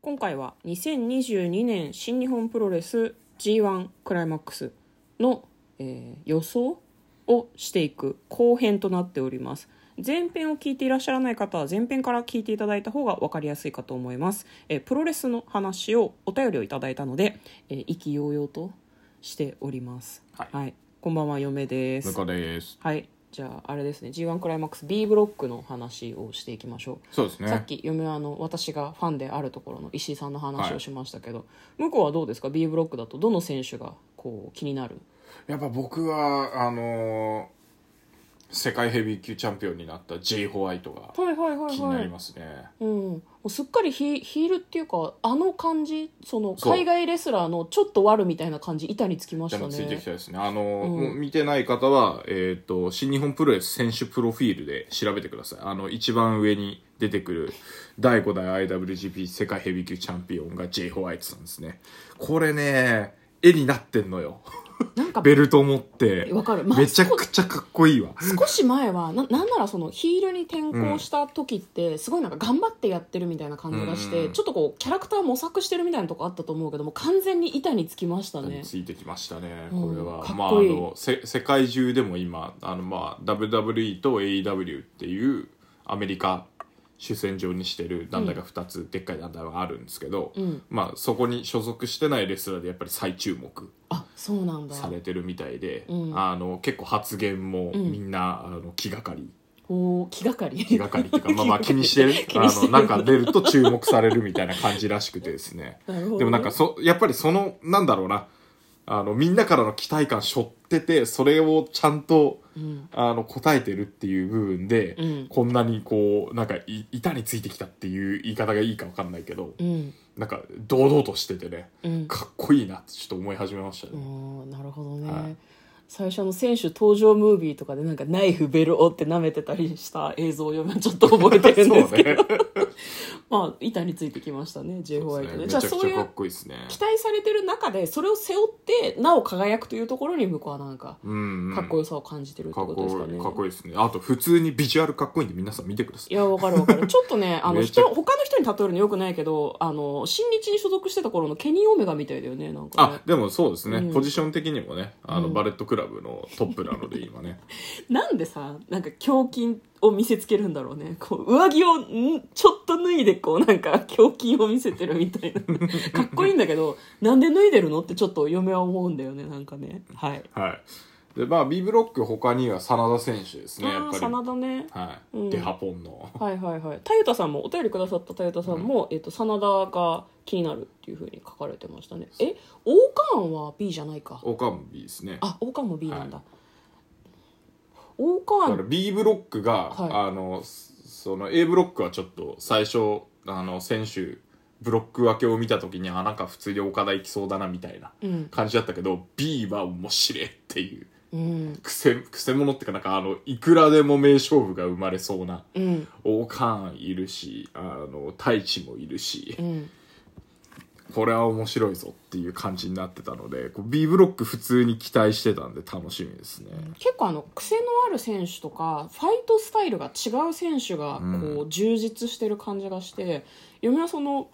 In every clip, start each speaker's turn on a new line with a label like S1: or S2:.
S1: 今回は2022年新日本プロレス G1 クライマックスの、えー予想をしていく後編となっております前編を聞いていらっしゃらない方は前編から聞いていただいた方が分かりやすいかと思います、えープロレスの話をお便りをいただいたので、えー意気揚々としております
S2: はい
S1: こんばんは嫁です
S2: 向こうです
S1: はいじゃああれですね G1 クライマックス B ブロックの話をしていきましょう
S2: そうですね
S1: さっき嫁はあの私がファンであるところの石井さんの話をしましたけど、向こうはどうですか B ブロックだとどの選手がこう気になる
S2: やっぱ僕はあのー世界ヘビー級チャンピオンになった J ホワイトが
S1: はいはいは
S2: 気になりますね、
S1: うん、もうすっかりヒヒールっていうかあの感じその
S2: そう
S1: 海外レスラーのちょっと悪みたいな感じ板につきまし
S2: じゃ
S1: た
S2: あついてき
S1: ね
S2: たですねあの
S1: う
S2: ー、
S1: ん
S2: もう見てない方は、えっと新日本プロレス選手プロフィールで調べてくださいあの一番上に出てくる第5代 IWGP 世界ヘビー級チャンピオンが J ホワイトさんですねこれね絵になってんのよ
S1: なんか
S2: ベルトを持って
S1: わかる、まあ
S2: めちゃくちゃかっこいいわ
S1: 少し前はななんならそのヒールに転向した時ってすごいなんか頑張ってやってるみたいな感じがして、
S2: うん
S1: ちょっとこうキャラクター模索してるみたいなとこあったと思うけども完全に板につきましたね
S2: ついてきましたね、
S1: うん
S2: これは
S1: かっ
S2: まああ
S1: こいい
S2: のせ世界中でも今あの、まあ、WWE と AEW っていうアメリカ主戦場にしてる団体が2つ、でっかい団体があるんですけど、
S1: うん
S2: まあ、そこに所属してないレスラーでやっぱり再注目
S1: あそうなんだ
S2: されてるみたいで、
S1: うん
S2: あの結構発言も
S1: うん
S2: みんな、あの気がかり
S1: おー気がかり
S2: 気がかりっていうかまあまあ気にしてる
S1: 気に
S2: あ
S1: して
S2: の
S1: る
S2: なんか出ると注目されるみたいな感じらしくてですね。
S1: なるほどね
S2: でもなんかそやっぱりそのなんだろうなあのみんなからの期待感背負っててそれをちゃんと
S1: うん
S2: あの答えてるっていう部分で、
S1: うん
S2: こんなにこうなんかい板についてきたっていう言い方がいいかわかんないけど、
S1: うん
S2: なんか堂々としててね
S1: うん
S2: かっこいいなってちょっと思い始めました
S1: う
S2: ね。
S1: んなるほどね、
S2: はい
S1: 最初の選手登場ムービーとかでなんかナイフベルをって舐めてたりした映像を嫁はちょっと 覚えてるんですけど、
S2: そうね
S1: まあ板についてきましたね J ホワイト
S2: そう
S1: ね
S2: ですねめ
S1: じ
S2: ち
S1: ゃ
S2: ゃ
S1: あ
S2: く
S1: そう
S2: ちゃ
S1: い
S2: か
S1: う
S2: っこいいですね。
S1: 期待されてる中でそれを背負ってなお輝くというところに向こうはなんか
S2: うんうん
S1: かっこよさを感じてるって
S2: かっ
S1: ことですかね、
S2: こいいかっこいいですね。あと普通にビジュアルかっこいいんで皆さん見てくださ
S1: いや、わかるわ かる。ちょっとね、あの、
S2: めちゃ
S1: 人、他の人に例えるのよくないけど、あの、新日に所属してた頃のケニーオメガみたいだよね、なんかね、
S2: あでもそうですね、
S1: うん
S2: ポジション的にもねあの、
S1: うん
S2: バレットクラブのトップな ので今ね
S1: なんでさ、なんか胸筋を見せつけるんだろうね。こう、上着をんちょっと脱いで、こう、なんか胸筋を見せてるみたいな。 かっこいいんだけど、なんで脱いでるのってちょっと嫁は思うんだよね、なんかね。はい。
S2: はいでまあ B ブロック他には真田選手ですねや
S1: あ
S2: っ
S1: あ、
S2: ぱり
S1: 真田ね。
S2: はい、
S1: うん
S2: デハポンの
S1: はいはいはい。たゆたさんも、お便りくださったたゆたさんも、えっと、真田が気になるっていうふうに書かれてましたね。え、王冠は B じゃないか。
S2: オカムビですね
S1: あ、王冠も B なんだ。王
S2: だから
S1: 冠
S2: B ブロックが、
S1: は
S2: あのその A ブロックはちょっと最初あの選手ブロック分けを見た時にあなんか普通に岡田行きそうだなみたいな
S1: うん、
S2: 感じだったけど B は面白いっていう
S1: うん、
S2: くせくせ者っていうかなんかあのいくらでも名勝負が生まれそうな
S1: うん、
S2: 王冠いるしあの太一もいるし
S1: うん。
S2: これは面白いぞっていう感じになってたのでこう B ブロック普通に期待してたんで楽しみですね、
S1: 結構あの癖のある選手とかファイトスタイルが違う選手がこう充実してる感じがして、嫁はその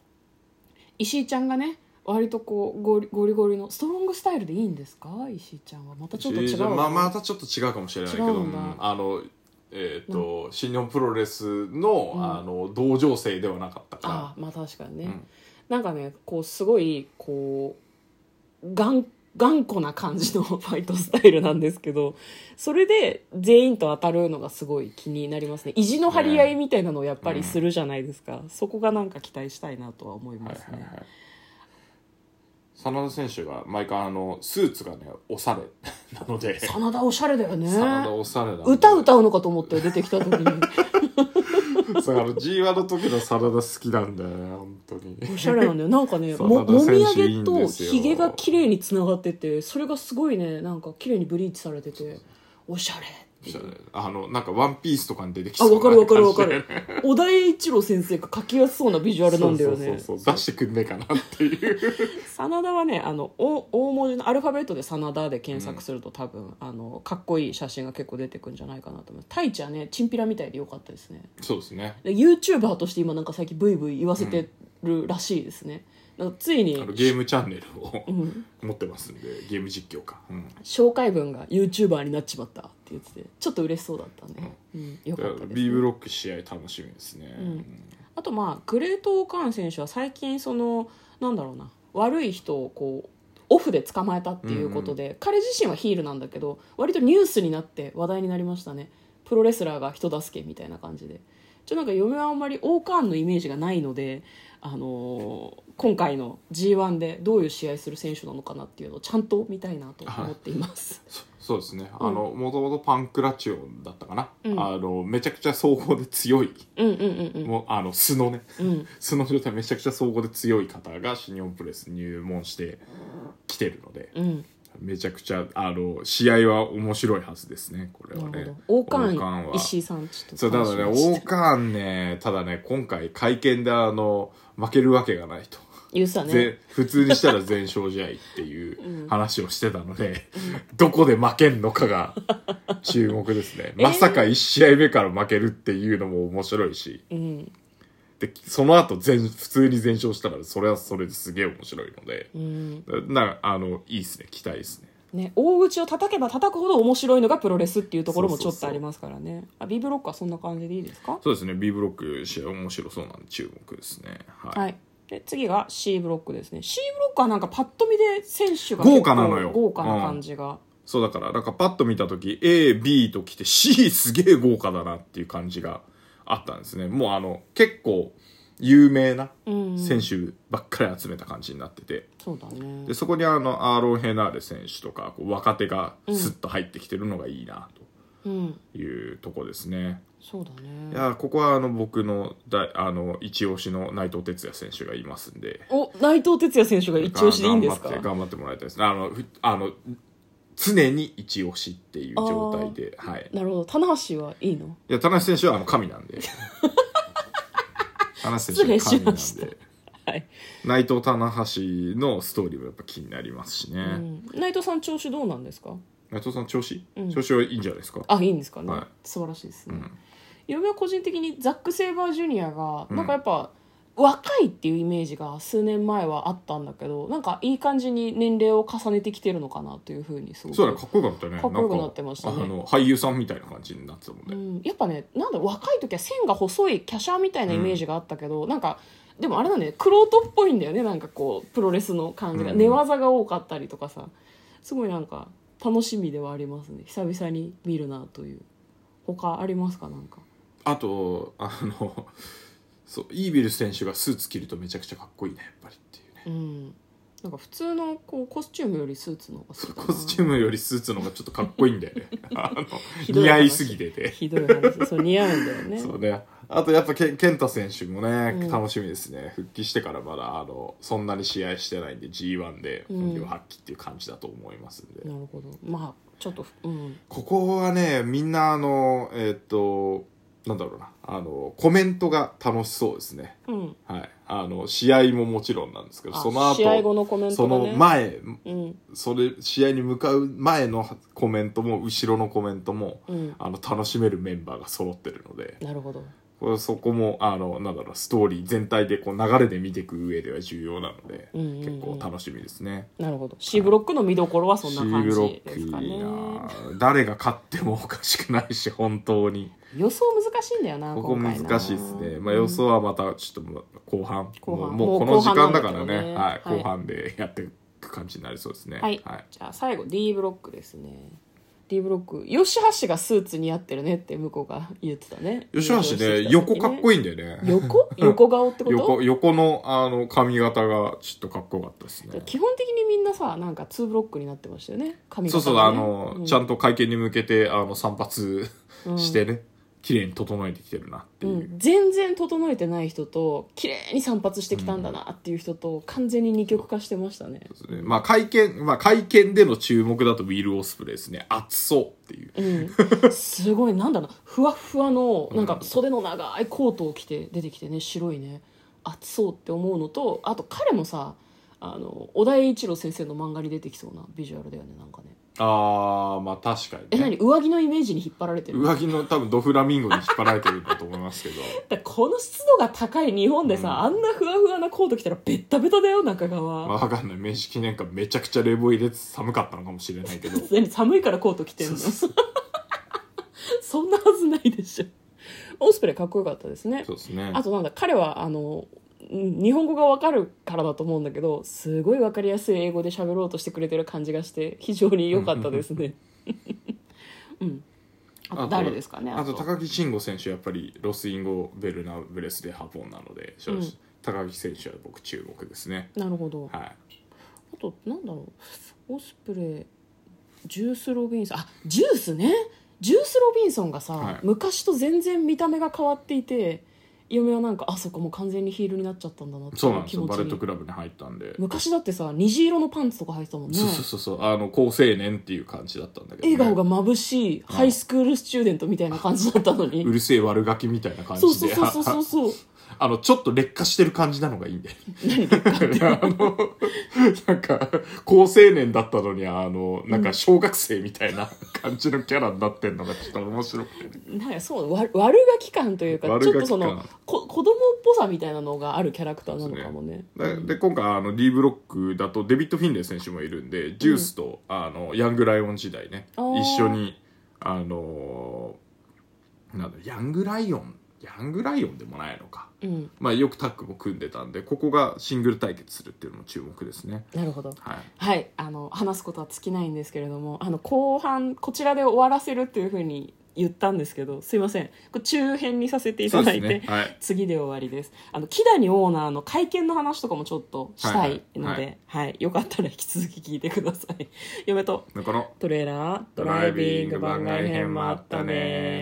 S1: 石井ちゃんがね割とこうゴリゴリゴリのストロングスタイルでいいんですか石井ちゃんはまたちょっと違
S2: え
S1: う
S2: ーまあまたちょっと違うかもしれないけど
S1: 違うんだ
S2: うんあのえっ、と新日本プロレスの,、
S1: うん
S2: あの同情生ではなかったから
S1: ああまあ確かにね、
S2: うん
S1: なんかねこうすごいこう頑頑固な感じの ファイトスタイルなんですけどそれで全員と当たるのがすごい気になりますね意地の張り合いみたいなのをやっぱりするじゃないですか、そこがなんか期待したいなとは思い
S2: は
S1: ま
S2: い
S1: す
S2: はい
S1: ね、
S2: はい真田選手が毎回あのスーツがねおしゃれ なので
S1: 真田おしゃれだよね
S2: 真田おしゃれなので
S1: 歌歌うのかと思って出てきた時に
S2: そうあの G1 の時の真田好きなんだよね本当に
S1: おしゃれなんだよなんかねも
S2: 真田
S1: もみあ
S2: 選手いい
S1: げ
S2: ん
S1: と
S2: ですよ
S1: ひげが綺麗につながっててそれがすごいねなんか綺麗にブリーチされてておしゃれっていう
S2: あのなんか「ワンピースとかに出てき
S1: あ、わかるわかるわか
S2: な
S1: る
S2: 感じで。
S1: 小田栄一郎先生が書きやすそうなビジュアルなんだよね。
S2: そうそうそうそう出してくんねえかなっていう
S1: 真田はね、あの、お大文字のアルファベットで真田で検索すると多分、あの、かっこいい写真が結構出てくるんじゃないかなと思う。太一はね、チンピラみたいでよかったですね。
S2: そうですね
S1: で YouTuber として今なんか最近ブイブイ言わせてるらしいですねだからついに
S2: あのゲームチャンネルを
S1: うん
S2: 持ってますんでゲーム実況か、うん、
S1: 紹介文が YouTuber になっちまったって言っててちょっと嬉しそうだったね、うんよ
S2: だ
S1: か
S2: か
S1: った
S2: ら
S1: です、
S2: B ブロック試合楽しみですね、
S1: うんあとまあグレート・オーカーン選手は最近そのなんだろうな悪い人をこうオフで捕まえたっていうことで、彼自身はヒールなんだけど割とニュースになって話題になりましたねプロレスラーが人助けみたいな感じでちょなんか嫁はあんまりオーカーンのイメージがないので、あのー今回の g 1でどういう試合する選手なのかなっていうのをちゃんと見たいなと思っています。
S2: そそうですね
S1: うん
S2: あのもともとパンクラチオンだったかな、
S1: うん
S2: あのめちゃくちゃ総合で強い、
S1: うんうんうん
S2: もうあの素のね
S1: うんうん
S2: 素の状態めちゃくちゃ総合で強い方が新日本プロレスに入門してきてるので
S1: うん
S2: めちゃくちゃあの試合は面白いはずですねこれ
S1: な
S2: は
S1: るほ
S2: ね
S1: ど。王冠
S2: 王冠は
S1: 石井さんちょっと
S2: そうただね
S1: 楽しみに
S2: 王
S1: して
S2: 冠ねただね今回会見であの負けるわけがないと。
S1: 言ってたね。
S2: ぜ普通にしたら全勝試合って いう話をしてたので、どこで負けんのかが注目です ね、まさか1試合目から負けるっていうのも面白いし
S1: うん
S2: でその後全普通に全勝したらそれはそれですげえ面白いので
S1: うん
S2: なあのいいですね期待ですね
S1: ね、大口を叩けば叩くほど面白いのがプロレスっていうところもちょっ
S2: そうそうそ
S1: と
S2: う
S1: ありますからねあ B ブロックはそんな感じでいいですか
S2: そうですね B ブロック試合面白そうなんで注目ですねはい、
S1: はいで次が C ブロックですね C ブロックはなんかパッと見で選手が
S2: 豪華なのよ
S1: 結構豪華な感じが、
S2: そうだからなんかパッと見た時 AB と来て C すげえ豪華だなっていう感じがあったんですねもうあの結構有名な
S1: うん
S2: 選手ばっかり集めた感じになってて、
S1: そうだね
S2: でそこにあのアーロン・ヘナーレ選手とかこう若手がスッと入ってきてるのがいいな
S1: うん
S2: というとこですね、
S1: そうだ
S2: い
S1: ね
S2: やーここはあの僕のだあの一押しの内藤哲也選手がいますんで
S1: お内藤哲也選手が一押しでいいんですか
S2: 頑張って頑張ってもらいたいですねあのふあの常に一押しっていう状態ではい
S1: なるほど棚橋はいいの
S2: いや、田中選手はあの神なん で。田中選手は神なん
S1: 失礼しま
S2: で。
S1: はい、
S2: 内藤棚橋のストーリーもやっぱ気になりますしね。
S1: うん、内藤さん調子どうなんですか
S2: 内藤さん調子、
S1: うん
S2: 調子はいいんじゃないですか。
S1: あいいんですかね、
S2: はい
S1: 素晴らしいです
S2: う
S1: ね、
S2: ん、
S1: 嫁は個人的にザック・セイバージュニアが
S2: うん
S1: なんかやっぱ、若いっていうイメージが数年前はあったんだけどなんかいい感じに年齢を重ねてきてるのかなというふうにすごく
S2: そうだね、かっこよかったね。
S1: かっこよく
S2: ん
S1: なってましたね
S2: あの、俳優さんみたいな感じになってたもん
S1: う
S2: ね。
S1: ん、やっぱねなんだ若い時は線が細い華奢みたいなイメージがあったけど、なんかでもあれなんだよね玄人っぽいんだよねなんかこうプロレスの感じが、
S2: うん
S1: 寝技が多かったりとかさすごいなんか楽しみではありますね久々に見るなという他ありますかなんか
S2: あと、あの、そう、イービル選手がスーツ着るとめちゃくちゃかっこいいね、やっぱりっていう
S1: う
S2: ね。
S1: んなんか普通のこうコスチュームよりスーツの方が好きだな
S2: コスチュームよりスーツの方がちょっとかっこいいんだよね。あの、
S1: ひどい話
S2: 似合いすぎてて。
S1: ひどい話そう似合うんだよね
S2: そうね。あとやっぱけ健太選手もね、
S1: うん
S2: 楽しみですね。復帰してからまだあのそんなに試合してないんで G1 で本領発揮っていう感じだと思いますんで、
S1: なるほどまあちょっとうん
S2: ここはねみんなあのえーっとなんだろうなあのコメントが楽しそうですね。
S1: うん
S2: はい、あの試合ももちろんなんですけど
S1: あ
S2: その後
S1: 試合後のコメント
S2: そ
S1: が
S2: の
S1: ね
S2: 前
S1: うん
S2: それ試合に向かう前のコメントも後ろのコメントも、
S1: うん
S2: あの楽しめるメンバーが揃ってるので、
S1: なるほど
S2: これそこもあのなんだろうストーリー全体でこう流れで見ていく上では重要なので、
S1: うんうんうん
S2: 結構楽しみですね。
S1: なるほど C ブロックの見どころはそん
S2: C
S1: な
S2: ブ
S1: 感
S2: ロ
S1: じ
S2: ック
S1: で
S2: い
S1: す
S2: い
S1: かね
S2: な誰が勝ってもおかしくないし本当に
S1: 予想難しいんだよな
S2: ここ難しいですね、まあ、
S1: うん
S2: 予想はまたちょっと後半,、
S1: 後半
S2: もうもうこ
S1: もう後
S2: の時
S1: 半
S2: 間だから
S1: なんだけど
S2: ね
S1: ね
S2: はい、
S1: はい
S2: 後半でやっていく感じになりそうですね
S1: はい、じゃあ最後 D ブロックですね D ブロック吉橋がスーツ似合ってるねって向こうが言ってたね
S2: 吉橋
S1: 優
S2: ね
S1: 勝して
S2: 横
S1: きた時
S2: かっこいいんだよね
S1: 横横顔ってこと
S2: 横横のあの髪型がちょっとかっこよかったですね
S1: 基本的にみんなさなんか2ブロックになってましたよね髪
S2: そう
S1: 型
S2: そう、
S1: が
S2: あ
S1: ね
S2: の、
S1: うん
S2: ちゃんと会見に向けて、あの、散髪
S1: うん
S2: してね、綺麗に整えてきてるなっていうう。
S1: ん、全然整えてない人と綺麗に散髪してきたんだなっていう人と完全に二極化してましたね
S2: そうですねまあ、会見、まあ、会見での注目だとウィル・オスプレイですね。熱そうっていう。
S1: うん、すごいなんだろうふわっふわのなんか袖の長いコートを着て出てきてね白いね暑そうって思うのとあと彼もさあの小田栄一郎先生の漫画に出てきそうなビジュアルだよねなんかね
S2: ああまあ確かに、ね、
S3: え、何上着のイメージに引っ張られてる
S2: 上着の多分ドフラミンゴに引っ張られてるんだと思います けど
S3: だからこの湿度が高い日本でさ、
S2: うん
S3: あんなふわふわなコート着たらベッタベタだよ中川
S2: まあ分かんない明治記念館めちゃくちゃ冷房入れて寒かったのかもしれないけ ど
S3: 何寒いからコート着てんの
S2: そう
S3: そんなはずないでしょ
S1: オスプレイかっこよかったですね
S2: そうですね
S1: あとなんだ彼はあのん日本語がわかるからだと思うんだけどすごいわかりやすい英語で喋ろうとしてくれてる感じがして非常に良かったです ね。うん、あと誰ですかね
S2: あと高木慎吾選手やっぱりロスインゴベルナブレスでハポンなので、
S1: うん
S2: 高木選手は僕注目ですね
S1: なるほど
S2: はい
S1: あとなんだろうオスプレイジュース・ロビンソンあジュースねジュース・ロビンソンがさ、
S2: はい
S1: 昔と全然見た目が変わっていて嫁はなんかあそこもう完全にヒールになっちゃったんだなって
S2: そう
S1: い
S2: な
S1: うん
S2: です
S1: 気
S2: よ
S1: 持ち
S2: バレット
S1: に
S2: クラブに入ったんで、
S1: 昔だってさ虹色のパンツとか履いてたもんね
S2: そうそうそうそうあの高青年っていう感じだったんだけど、ね、
S1: 笑顔が眩しい
S2: うん
S1: ハイスクールスチューデントみたいな感じだったのに
S2: うるせえ悪ガキみたいな感じ
S1: そ
S2: で
S1: うそうそうそうそうそう
S2: あのちょっと劣化してる感じなのがいいんだよ
S1: 何劣化って
S2: あの、なんか、高青年だったのに、あの、なんか小学生みたいな感じのキャラになってんのがちょっと面白くて、ね。
S1: なんかそうわ悪ガキ感というか
S2: 悪
S1: ち
S2: ガキ感
S1: ょっとそのこ子供っぽさみたいなのがあるキャラクターなのかもね
S2: でで、今回、あの、D ブロックだとデビッド・フィンレイ選手もいるんで、ジュースと、あの、ヤング・ライオン時代ね、
S1: あー
S2: 一緒に、あのーなんだ、ヤング・ライオン、ヤング・ライオンでもないのか。
S1: うん
S2: まあ、よくタッグも組んでたんで、ここがシングル対決するっていうのも注目ですね。
S1: なるほど
S2: はい。
S1: はい、あの話すことは尽きないんですけれどもあの後半こちらで終わらせるっていうふうに言ったんですけどすいませんこれ中編にさせていただいて、
S2: そうですねはい
S1: 次で終わりですあの木谷オーナーの会見の話とかもちょっとしたいの
S2: はいは
S1: で、はいよかったら引き続き聞いてください嫁と
S2: だから、
S1: トレーラード
S2: ドライビング番外編もあったね